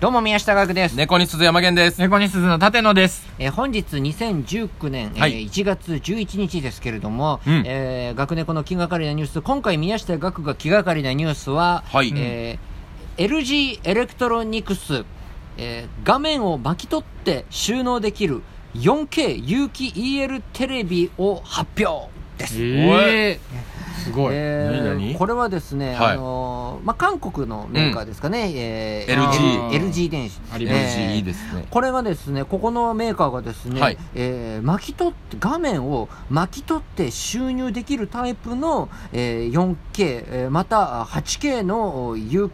どうも宮下学です、猫に鈴山源です。猫に鈴の立野です。えー本日2019年、はいえー1月11日ですけれども、うんえー学猫の気がかりなニュース今回宮下学が気がかりなニュースは、はいえー LG エレクトロニクス、えー画面を巻き取って収納できる 4K 有機 EL テレビを発表です、えすごい。えー何々これはですね、はいあのーまあ、韓国のメーカーですかね、えー LG あー LG 電子ありますえーいいですね。これがですねここのメーカーがですね、はいえー巻き取って画面を巻き取って収入できるタイプの、えー 4K、えーまた 8K の有,、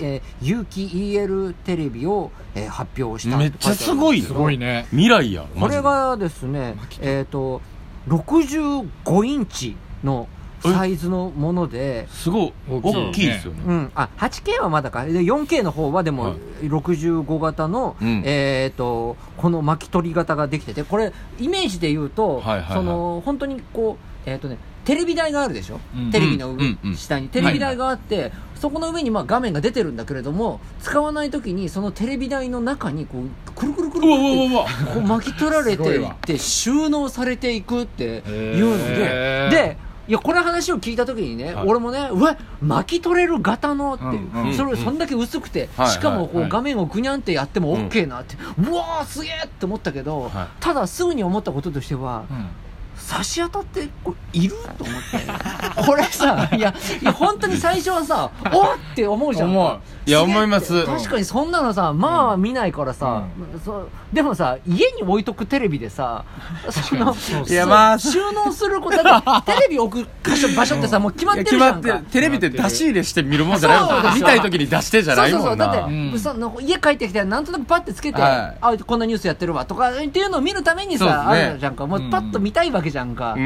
えー有機 EL テレビを、えー発表しためっちゃすごいよすごいね。未来や。こマジでれ。がですねえっ、と65インチのサイズのものですごい、大大きいきいでですすよよね。うん、あ 8K はまだかで 4K の方はではもい65型の、うんえー、とこの巻き取り型ができててこれイメージで言うと、はいはいはいその本当にこうえっ、とねテレビ台があるでしょ、うんテレビのうん上、うんうん下にテレビ台があって、そこの上にまあ画面が出てるんだけれども使わない時にそのテレビ台の中にこうくるくるくるうわうってわうわこう巻き取られてすごいいっわて収納されていくっていうのでへーでいやこれ話を聞いた時にね、はい俺もねうわ巻き取れる型のっていう、うんうんそれそんだけ薄くて、はいしかもこはうい画面をぐにゃんってやっても OK なって、うわーすげえって思ったけど、はいただすぐに思ったこととしては、差し当たってこれいると思って これさいやいや本当に最初はさ おっって思うじゃん思いやすげえって思います確かにそんなのさまあ見ないからさ、そうでもさ家に置いとくテレビでさそのそういやまあそう収納することだ ってテレビ置く箇所場所ってさもう決まってるじ決ゃまんってかる、テレビって出し入れして見るもんじゃないもんそうでな。見すよたい時に出してじゃそなういそうもそうんだっなて、。うんその家帰ってきてなんとなくパッてつけて、はいあこんなニュースやってるわとかっていうのを見るためにさ、そうですねあるじゃんかもうパッと見たいわけじゃんか、うん。う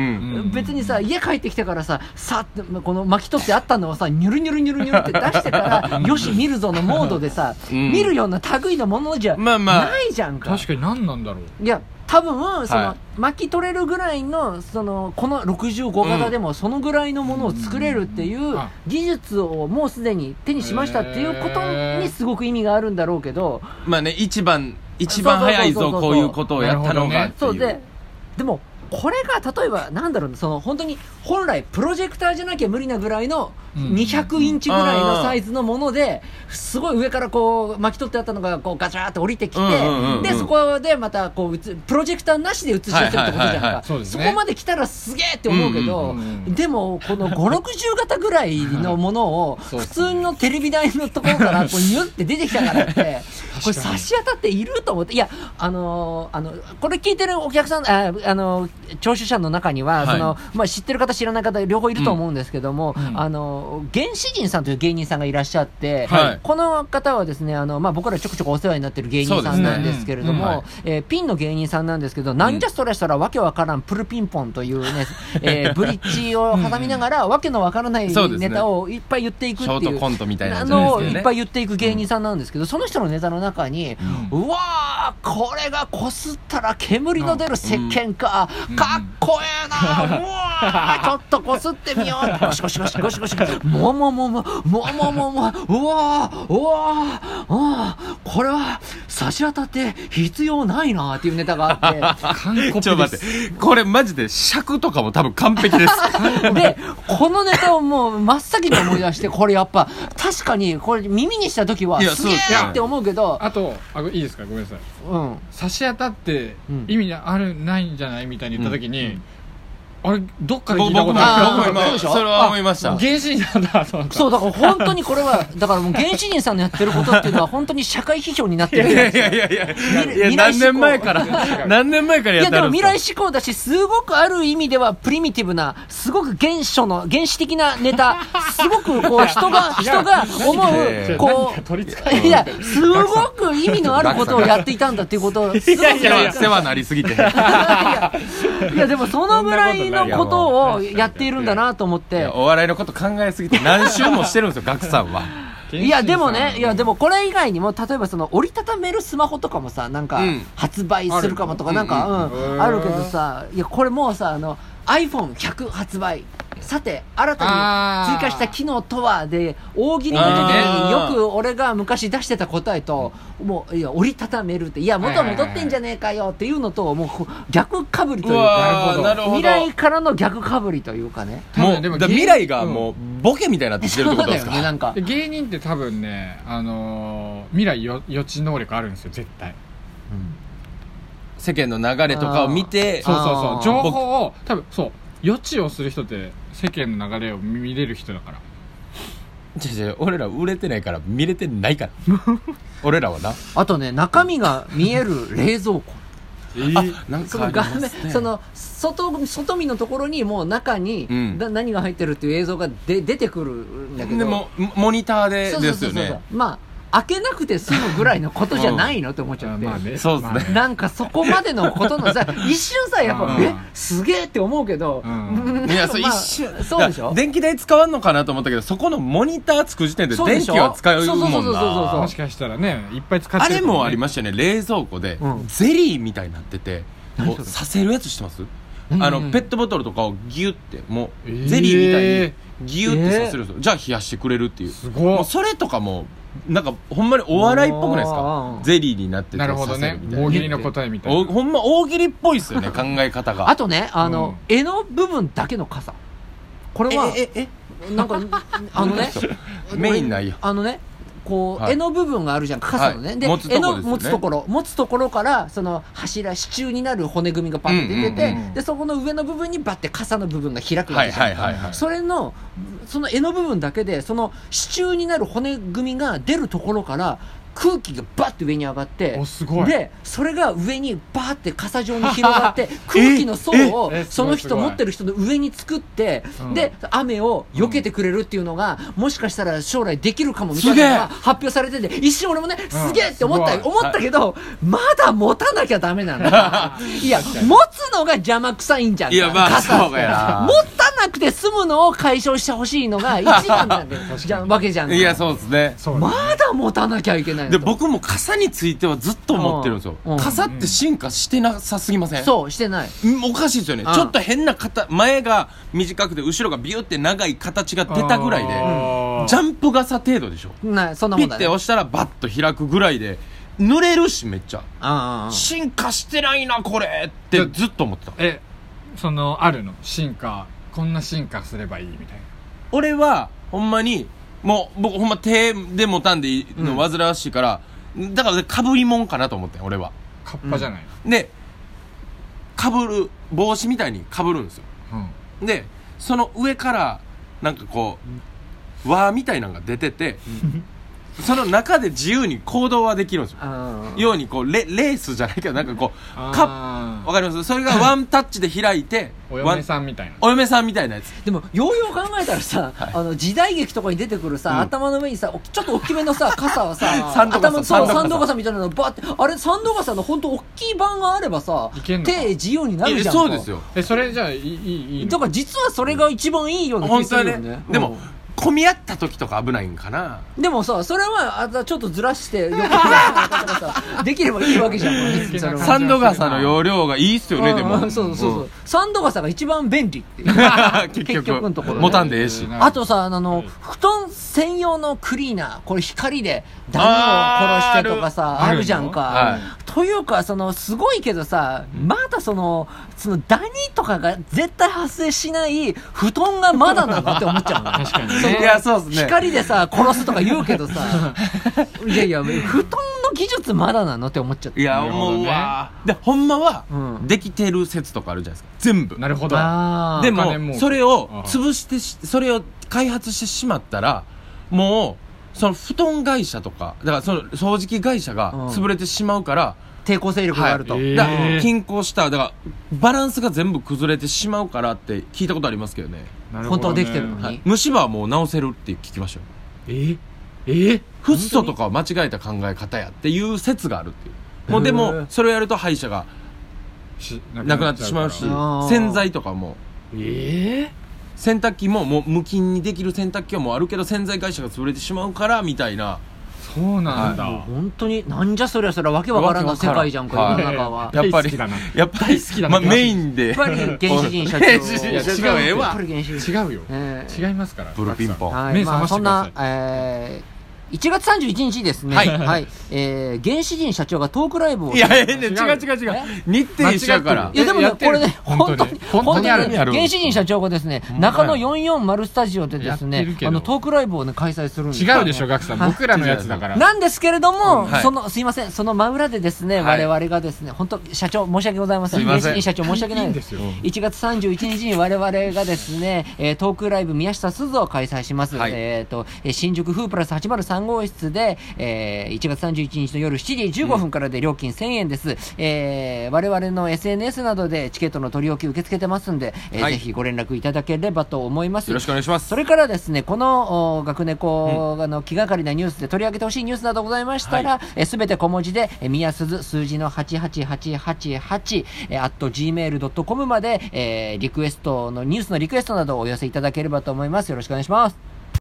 ん別にさ家帰ってきてからささってこの巻き取ってあったのをさニュルニュルニュルニュルって出してからよし見るぞのモードでさ、うん見るような類のものじゃまあまあないじゃんか,、確かに何なんだろう。いや多分その、はい巻き取れるぐらいのそのこの65型でもそのぐらいのものを作れるっていうあ技術をもうすでに手にしましたっていうことにすごく意味があるんだろうけど、まあね、一番、一番早いそうぞ、そうそうこそうういうことをやったのが。そうで、でも、これが例えば、なんだろうな、その本当に本来、プロジェクターじゃなきゃ無理なぐらいのうん200インチぐらいのサイズのもので、すごい上からこう巻き取ってあったのがこうガチャーって降りてきてうんうんうんう、んでそこでまたこう映プロジェクターなしで映し出してるってことじはいはいはいゃはんいそうか、ですそねこまで来たらすげえって思うけどうんうんうんう、んでも、この5、60型ぐらいのものを、そう普ですね通のテレビ台のところからこうニュって出てきたからって、これ差し当たっていると思って、いや、あのーあの、これ聞いてるお客さん、あ、あのー聴取者の中には、はいその、まあ、知ってる方、知らない方、両方いると思うんですけども、うんあのー原始人さんという芸人さんがいらっしゃって、はいこの方はですね、あの、まあ、僕らちょくちょくお世話になってる芸人さんなんですけれども、そうえーピンの芸人さんなんですけど、なんじゃそれしたらわけわからん、プルピンポンという ね、えーブリッジを挟みながら、わけのわからないそうですねネタをいっぱい言っていくシってョいーうト。コントみたいなあんじゃないのでいすかっねぱい言っていく芸人さんなんですけど、その人のネタの中に、うわー、これがこすったら煙の出る石鹸か、かっこええな、うわー、ちょっとこすって みよう、ゴシゴシゴシゴシゴシ、もももも、もももも、うわー、うわー、あーこれは差し当たって必要ないなっていうネタがあって。 完コピちょっとで待す。って、これマジで尺とかも多分完 璧です。で、このネタをもう真っ先に思い出して、これやっぱ、確かに、これ耳にした時は、いやすげえそうですねって思うけど、あと、あ、いいですかごめんなさい。うん。差し当たってうん意味ある、ないんじゃないみたいに言った時に、あれ、どっかで聞僕いも、た僕こもとあーあそうで今、る。しょそれは思いました。原始人なんだ、と思ったそう、だから本当にこれは、だからもう原始人さんのやってることっていうのは、本当に社会批評になってるいやいやいやいや、いや未来何志向年前 から、何年前からいやっやてであもるんで未すか来志向だし、すごくある意味ではプリミティブな、すごく原初の、原始的なネ タ、すごくこう人が、人が思違う、うこ何か 取りつかう、いや、すごく意味のあることをやっていたんだっていうことを、すごく世話世話なりすぎて。いやでもそのぐらいのことをやっているんだなと思っいてやお笑いのこと考えすぎて何周もしてるん ですよ、ガクさんは。いやでもねいやでも、もこれ以外にも例えばその折りたためるスマホとかもさなんかうん発売するかもとかあるなんかうんううんんあるけどさいやこれもうさあの iPhone100 発売さて新たあにー追加した機能とはで大喜利の時にあよーく俺が昔出してた答えともういや折りたためるっていや元は戻ってんじゃねえかよっていうのともうこう逆かぶりといううわかーなるほど未来からの逆かぶりというかね多も分うでもだから未来がもうボケみたいになってきてるっそうてことだでよすかねなんかで芸人って多分ね、あのー未来よ予知能力あるんですよ絶対世間の流れとかを見てあそうそうーそう情報を多分そう予知をする人って世間の流れを見れる人だから違う違う俺ら売れてないから見れてないから俺らはなあとね中身が見える冷蔵庫えなんその画面、その外外見のところにもう中に、うんだ何が入ってるっていう映像がで出てくるんだけどでもモモニターでそうそうですそうよそう、ねまあ開けなくて済むぐらいのことじゃないのって思っちゃって、まあねそうですねまあなんかそこまでのことのさ一瞬さやっぱうんえすげえって思うけど、うんうんい やそうまあ一瞬そうでしだかょら電気代使わんのかなと思ったけどそこのモニターつく時点でそうで電し気ょは使うそうそもうそんうそうそうなもしかしたらねいっぱい使っあてれもありすましたよね冷蔵庫でうんゼリーみたいになってて何こそうれさせるやつしてますうんあのペットボトルとかをギュってもえうーゼリーみたいにギュってさせるんですよじゃあ冷やしてくれるっていうすごもういそれとかもなんかほんまにお笑いっぽくないですあかーゼリーになっててなるほ刺どせねるみたいな大喜利の答えみたいおなほんま大喜利っぽいっすよね考え方があとねあの、絵の部分だけの傘これはえええなんか あのねメインないよあのねこう、はい絵の部分があるじゃん傘のね、はいで持つとこ絵のですよね持つところ持つところからその柱支柱になる骨組みがパッて出てて、うんうんうんでそこの上の部分にバッて傘の部分が開くわはけいじゃん、はいはいはいそれのその絵の部分だけでその支柱になる骨組みが出るところから空気がバッて上に上がっておすごいでそれが上にバーって傘状に広がって空気の層をえええそのす人ごいすごい持ってる人の上に作ってうんで雨を避けてくれるっていうのがもしかしたら将来できるかもみたいなのがす発表されてて一瞬俺もねすげえって思ったすごい思ったけどまだ持たなきゃダメなんだいや持つのが邪魔くさいんじゃんいやまあ傘ってそうやな持たなくて済むのを解消してほしいのが一番なんでじゃんわけじゃんいやそうですねそうまだ持たなきゃいけないのでと僕も傘についてはずっと思ってるんですようんうん傘って進化してなさすぎませんそうしてないうんおかしいですよねうんちょっと変な形前が短くて後ろがビューって長い形が出たぐらいであージャンプ傘程度でしょないそんなピもんだッねて押したらバッと開くぐらいで濡れるしめっちゃああ進化してないなこれってずっと思ってたえそのあるの進化こんな進化すればいいみたいな俺はほんまにもう僕ほんま手で持たんでいいの煩わしいから、だからかぶりもんかなと思ってん俺はカッパじゃないでかぶる帽子みたいにかぶるんですようんでその上からなんかこう輪みたいなのが出てて、その中で自由に行動はできるんですよ、ああようにこうレレースじゃないけどなんかこうカあッープわかりますそれがワンタッチで開いておワン嫁さんみたいなお嫁さんみたいなやつでもようよう考えたらさ、あの時代劇とかに出てくるさ、うん頭の上にさおちょっと大きめの さ傘はさ三度傘頭そうサン三ド度傘傘みたいなのバーってあれサンド傘の本当大きい版があればさいけんのか手自由になるえじゃんそうですよえそれじゃあいいいいいいだのから実はそれが一番いいような気本す当はるねよねでも、うん混み合った時とか危ないんかなでもさそれはあちょっとずら してよくさできればいいわけじゃん別にそれはあサンド傘の容量がいいっすよねでうんもうんそうそうそう、うんサンド傘が一番便利って いう結局結局のところね持たんでええしあとさあの、はい布団専用のクリーナーこれ光でダニを殺してとかさあーああるるじゃんか、はいというかそのすごいけどさまだそのそのダニとかが絶対発生しない布団がまだなのって思っちゃうの確かにねのいやそうっすね光でさ殺すとか言うけどさいやいや布団の技術まだなのって思っちゃったいやなるほどね思うわでほんまは、うんできてる説とかあるじゃないですか全部なるほどあーでお金儲もけそれをうん潰してしそれを開発してしまったらもうその布団会社とかだからその掃除機会社がうん潰れてしまうから、抵抗勢力があると、はいえーだから均衡しただからバランスが全部崩れてしまうからって聞いたことありますけどね、なるほど本ね当はできてるのに、はい、虫歯はもう治せるって聞きましたよええフッ素とかを間違えた考え方やっていう説があるっていうもうでへーもそれをやると歯医者がしなくなってしまうしあー洗剤とかもええ洗濯機ももう無菌にできる洗濯機はもうあるけど洗剤会社が潰れてしまうからみたいなそうなんだ、もう 本当になんじゃそりゃそりゃわけわからんな世界じゃんかわ世けのわ中はや やっらんぱり大好きだなやっぱり大好きだなまあメインでっぱり原始人社長原始人社い長や違うええやっわぱり原始人違う よ、ええ違いますからブルピンポンたくさんはい、目ま覚あましそてんくださ、、ないえー、1月31日ですね、はいえー原始人社長がトークライブをいやええね違う違う違う違う日程一緒やからいやでもねやってこるれね本本当当にに本当本当ににあるね原始人社長がですね中野440スタジオでですやってねるけあどのトークライブをね開催するんです違うでしょガクさん僕らのやつだからなんですけれども、うんはいそのすいませんその真裏でですね、はい我々がですね本当社長申し訳ございませんすいません原始人社長申し訳ないいでんすですよ、 1月31日に我々がですね、えートークライブ宮下すずを開催します。はいえっ、と、えー新宿風プラス803号室で、えー1月31日の夜7時15分からで料金1000円です。えー我々の SNS などでチケットの取り置き受け付けてますんで、えーはいぜひご連絡いただければと思います。よろしくお願いしますそれからですね、このお学猫あの気がかりなニュースで取り上げてほしいニュースなどございましたら、えすべて小文字で、え宮鈴数字の88888、えー、at gmail.com まで、えーリクエストの、ニュースのリクエストなどをお寄せいただければと思います。よろしくお願いします。